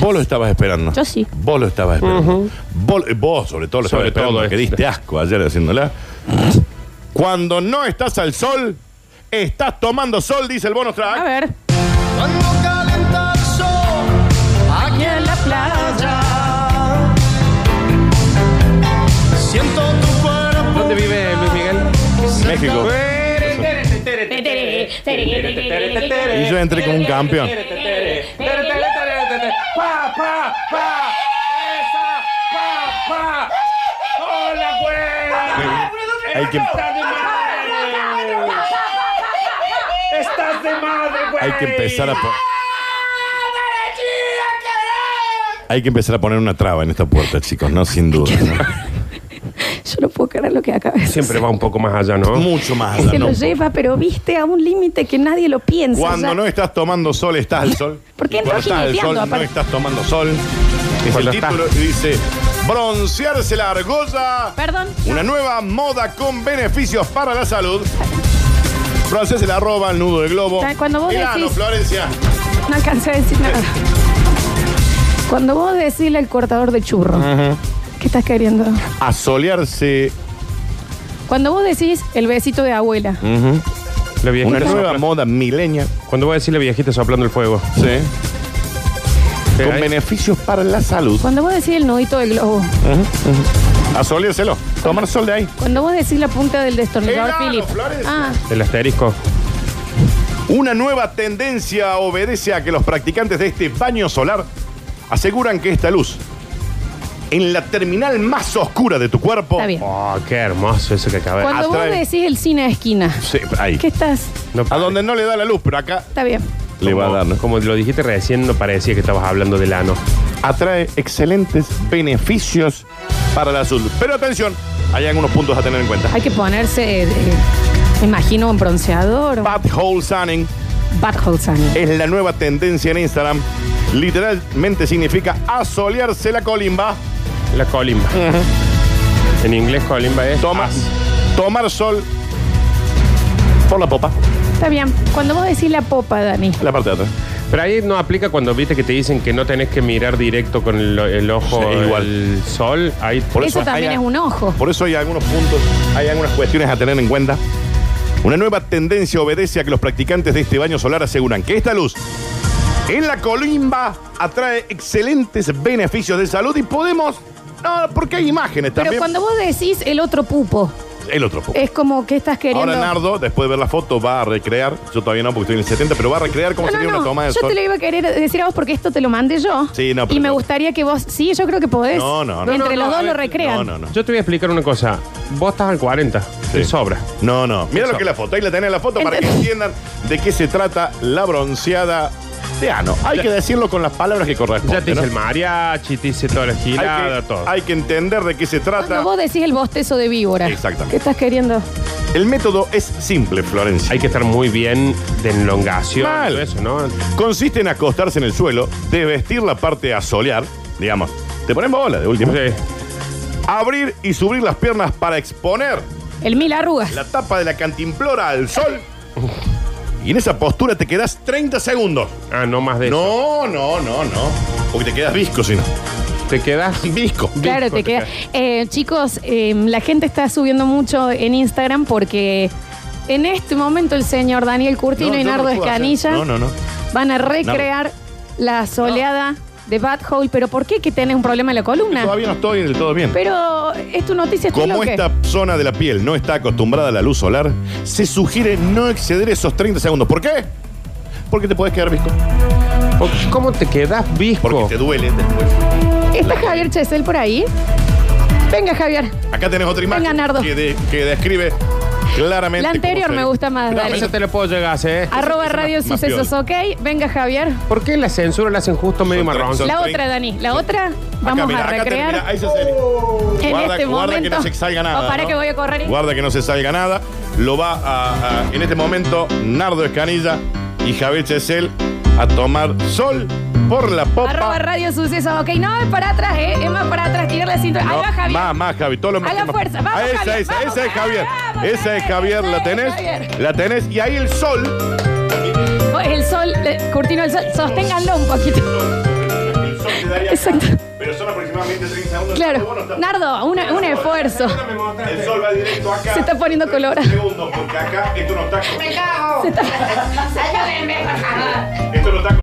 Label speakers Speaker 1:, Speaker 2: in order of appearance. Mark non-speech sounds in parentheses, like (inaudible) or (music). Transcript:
Speaker 1: Vos lo estabas esperando.
Speaker 2: Yo sí.
Speaker 1: Vos lo estabas esperando. vos, eh, vos, sobre todo, lo
Speaker 3: Sobre
Speaker 1: estabas
Speaker 3: todo este.
Speaker 1: esperando, que
Speaker 3: esto.
Speaker 1: diste asco ayer haciéndola. Cuando no estás al sol, estás tomando sol, dice el bonus track.
Speaker 2: A ver.
Speaker 4: Cuando calienta el sol aquí en la playa, siento tu cuerpo.
Speaker 3: ¿Dónde vive Luis Miguel?
Speaker 1: México. Y yo entré como un campeón.
Speaker 3: Pa, pa, pa. Esa, pa, pa. Hola, güey.
Speaker 1: Hay que,
Speaker 3: Estás de madre. Estás de madre, güey.
Speaker 1: hay que empezar a. po- Hay que empezar a poner una traba en esta puerta, chicos, no sin duda.
Speaker 2: (laughs)
Speaker 1: ¿no?
Speaker 2: Yo no puedo creer lo que acaba de
Speaker 3: Siempre
Speaker 2: decir.
Speaker 3: va un poco más allá, ¿no?
Speaker 1: Mucho más.
Speaker 2: Se
Speaker 1: allá, ¿no?
Speaker 2: lo lleva, pero viste a un límite que nadie lo piensa.
Speaker 1: Cuando
Speaker 2: ya.
Speaker 1: no estás tomando sol, estás al
Speaker 2: (laughs)
Speaker 1: sol.
Speaker 2: ¿Por qué
Speaker 1: Y cuando
Speaker 2: entras
Speaker 1: estás al sol,
Speaker 2: jineteando,
Speaker 1: no
Speaker 2: aparte?
Speaker 1: estás tomando sol. Es el
Speaker 3: Cuando
Speaker 1: título y dice: Broncearse la argolla.
Speaker 2: Perdón.
Speaker 1: Una nueva moda con beneficios para la salud. Broncearse la arroba, el nudo del globo.
Speaker 2: Está, cuando vos
Speaker 1: Milano,
Speaker 2: decís-
Speaker 1: Florencia.
Speaker 2: No alcancé a decir nada. Cuando vos decís al cortador de churro, ¿qué estás queriendo?
Speaker 1: Asolearse.
Speaker 2: Cuando vos decís el besito de abuela,
Speaker 1: Mm. Una
Speaker 3: La viejita
Speaker 1: nueva
Speaker 3: sopla-
Speaker 1: moda milenia.
Speaker 3: Cuando voy a decir la viejita soplando el fuego.
Speaker 1: Sí. Con
Speaker 3: Ahí-
Speaker 1: beneficios para la salud.
Speaker 2: cuando vos decís el nudito del globo,
Speaker 1: Asoleárselo. Tomar sol de ahí.
Speaker 2: cuando vos decís la punta del destornillador,
Speaker 1: Claro,
Speaker 2: Philip.
Speaker 1: Florencia.
Speaker 2: Ah,
Speaker 3: El asterisco.
Speaker 1: Una nueva tendencia obedece a que los practicantes de este baño solar aseguran que esta luz, en la terminal más oscura de tu cuerpo,
Speaker 2: está bien.
Speaker 3: Oh, qué hermoso eso que acaba de
Speaker 2: Cuando vos
Speaker 1: atrae-
Speaker 2: decís el cine a esquina,
Speaker 1: Sí, ahí.
Speaker 2: ¿qué estás?
Speaker 3: No,
Speaker 1: a donde no le da la luz, pero acá
Speaker 2: Está bien.
Speaker 1: le va a
Speaker 3: como-
Speaker 1: dar. ¿no?
Speaker 3: Como lo dijiste recién, no parecía que estabas hablando del ano.
Speaker 1: Atrae excelentes beneficios para la salud. Pero atención, hay algunos puntos a tener en cuenta.
Speaker 2: Hay que ponerse, eh, me imagino, un bronceador, un
Speaker 1: Butthole sunning
Speaker 2: butthole sunning.
Speaker 1: es la nueva tendencia en Instagram. Literalmente significa asolearse la colimba.
Speaker 3: La colimba. En inglés colimba es...
Speaker 1: Toma-
Speaker 3: as.
Speaker 1: tomar sol por la popa,
Speaker 2: Está bien. Cuando vos decís la popa, Dani,
Speaker 1: la parte de atrás.
Speaker 3: Pero ahí no aplica cuando viste que te dicen que no tenés que mirar directo con el, el ojo
Speaker 1: Sí, igual.
Speaker 3: el sol. Ahí
Speaker 1: Por
Speaker 2: eso,
Speaker 1: eso hay-
Speaker 2: también es un ojo.
Speaker 1: Por eso hay algunos puntos, hay algunas cuestiones a tener en cuenta. Una nueva tendencia obedece a que los practicantes de este baño solar aseguran que esta luz en la colimba atrae excelentes beneficios de salud y podemos. No, porque hay imágenes
Speaker 2: Pero
Speaker 1: también.
Speaker 2: cuando Eh, vos decís el otro pupo,
Speaker 1: El otro punto.
Speaker 2: es como que estás queriendo.
Speaker 1: Ahora Nardo, después de ver la foto, va a recrear. Yo todavía no, porque estoy en el 70, pero va a recrear cómo
Speaker 2: No,
Speaker 1: sería
Speaker 2: no,
Speaker 1: una
Speaker 2: no.
Speaker 1: toma de
Speaker 2: yo
Speaker 1: sol.
Speaker 2: te lo iba a querer decir a vos porque esto te lo mandé yo.
Speaker 1: Sí, no, pero
Speaker 2: Y me
Speaker 1: no.
Speaker 2: gustaría que vos. Sí, yo creo que podés.
Speaker 1: No, no, no.
Speaker 2: Entre
Speaker 3: No, no,
Speaker 2: los
Speaker 3: no,
Speaker 2: dos
Speaker 3: a
Speaker 2: lo
Speaker 3: ver,
Speaker 2: recrean.
Speaker 1: No, no, no.
Speaker 3: Yo te voy a explicar una cosa. Vos estás al 40. Te sobra.
Speaker 1: No, no. Mira lo que es la foto. Ahí la tenés la foto para que
Speaker 2: Entonces-
Speaker 1: entiendan de qué se trata la bronceada de ano. Hay que decirlo con las palabras que corresponden.
Speaker 3: Ya te hice
Speaker 1: ¿no?
Speaker 3: el mariachi, te hice toda la girada,
Speaker 1: hay que,
Speaker 3: todo.
Speaker 1: hay que entender de qué se
Speaker 2: Cuando
Speaker 1: trata.
Speaker 2: vos decís el bostezo de víbora.
Speaker 1: Exactamente.
Speaker 2: ¿Qué estás queriendo?
Speaker 1: El método es simple, Florencia.
Speaker 3: Hay que estar muy bien de enlongación.
Speaker 1: Mal.
Speaker 3: todo eso, ¿no?
Speaker 1: Consiste en acostarse en el suelo, desvestir la parte a solear, digamos. Te ponen bola de última.
Speaker 3: Sí.
Speaker 1: Abrir y subir las piernas para exponer
Speaker 2: El mil arrugas.
Speaker 1: la tapa de la cantimplora al sol. Y en esa postura te quedas 30 segundos.
Speaker 3: Ah, no más de
Speaker 1: No,
Speaker 3: eso.
Speaker 1: no, no, no. Porque te quedas visco, si no.
Speaker 3: Te quedas
Speaker 1: Visco.
Speaker 2: Claro, te queda. Eh, chicos, eh, la gente está subiendo mucho en Instagram porque en este momento el señor Daniel Curtino
Speaker 1: No,
Speaker 2: y
Speaker 1: yo no
Speaker 2: Nardo
Speaker 1: lo puedo
Speaker 2: Escanilla
Speaker 1: hacer. No, no, no.
Speaker 2: van a recrear la soleada de Bad Hole. ¿Pero por qué que tenés un problema en la columna?
Speaker 1: Todavía no estoy del todo bien.
Speaker 2: Pero es tu noticia, esto es
Speaker 1: Como
Speaker 2: lo que-
Speaker 1: esta zona de la piel no está acostumbrada a la luz solar, se sugiere no exceder esos 30 segundos. ¿Por qué? Porque te podés quedar visco.
Speaker 3: ¿Cómo te quedas
Speaker 1: Porque
Speaker 3: visco?
Speaker 1: te duele después.
Speaker 2: ¿Está Javier Chesel por ahí? Venga, Javier.
Speaker 1: Acá tenés otra
Speaker 2: Venga,
Speaker 1: imagen
Speaker 2: Nardo.
Speaker 1: que, de- que describe claramente.
Speaker 2: La anterior
Speaker 1: cómo se-
Speaker 2: me gusta más,
Speaker 1: No,
Speaker 2: dale.
Speaker 1: esa
Speaker 3: Eso
Speaker 1: te-
Speaker 3: te lo puedo llegar a hacer.
Speaker 2: Arroba
Speaker 1: más-
Speaker 2: Radio
Speaker 1: más
Speaker 2: Sucesos,
Speaker 1: piola.
Speaker 2: ok. Venga, Javier.
Speaker 3: ¿Por qué la censura la hacen justo medio
Speaker 1: Son tres,
Speaker 3: marrón?
Speaker 1: son-
Speaker 2: La
Speaker 1: trein-
Speaker 2: otra, Dani. La otra vamos
Speaker 1: mira,
Speaker 2: a
Speaker 1: acá tenés, mira,
Speaker 2: recrear
Speaker 1: ahí se sale.
Speaker 2: en
Speaker 1: guarda,
Speaker 2: este
Speaker 1: guarda
Speaker 2: momento.
Speaker 1: que no se salga nada.
Speaker 2: No, para
Speaker 1: ¿no?
Speaker 2: que voy a correr.
Speaker 1: Guarda que no se salga nada. Lo va a, a- en este momento Nardo Escanilla y Javier Chesel a tomar sol por la popa.
Speaker 2: Arroba Radio Sucesos, ok. No, es para atrás, ¿eh? Es más para atrás. Tirar la cintura. Ahí
Speaker 1: No,
Speaker 2: va, Javier.
Speaker 1: Más, más, Javi. Todo lo
Speaker 2: A la
Speaker 1: más-
Speaker 2: fuerza, vamos,
Speaker 1: Ah, esa,
Speaker 2: Javier,
Speaker 1: esa,
Speaker 2: vamos.
Speaker 1: esa es Javier.
Speaker 2: Vamos,
Speaker 1: esa es Javier, la tenés.
Speaker 2: Javier.
Speaker 1: La tenés. Y ahí el sol.
Speaker 2: Oh, El sol, eh, Curtino, el sol. Sosténganlo un poquito.
Speaker 1: El sol
Speaker 2: Exacto.
Speaker 1: Pero son aproximadamente 30 segundos. Vos no
Speaker 2: Claro.
Speaker 1: estás-
Speaker 2: Nardo, una- un esfuerzo.
Speaker 1: El sol va directo acá.
Speaker 2: Se está poniendo
Speaker 1: 30
Speaker 2: colorado.
Speaker 1: Segundos, porque acá esto no está.
Speaker 5: ¡Me cago!
Speaker 2: Se está-
Speaker 5: Ayúdenme, por favor.
Speaker 1: Esto no está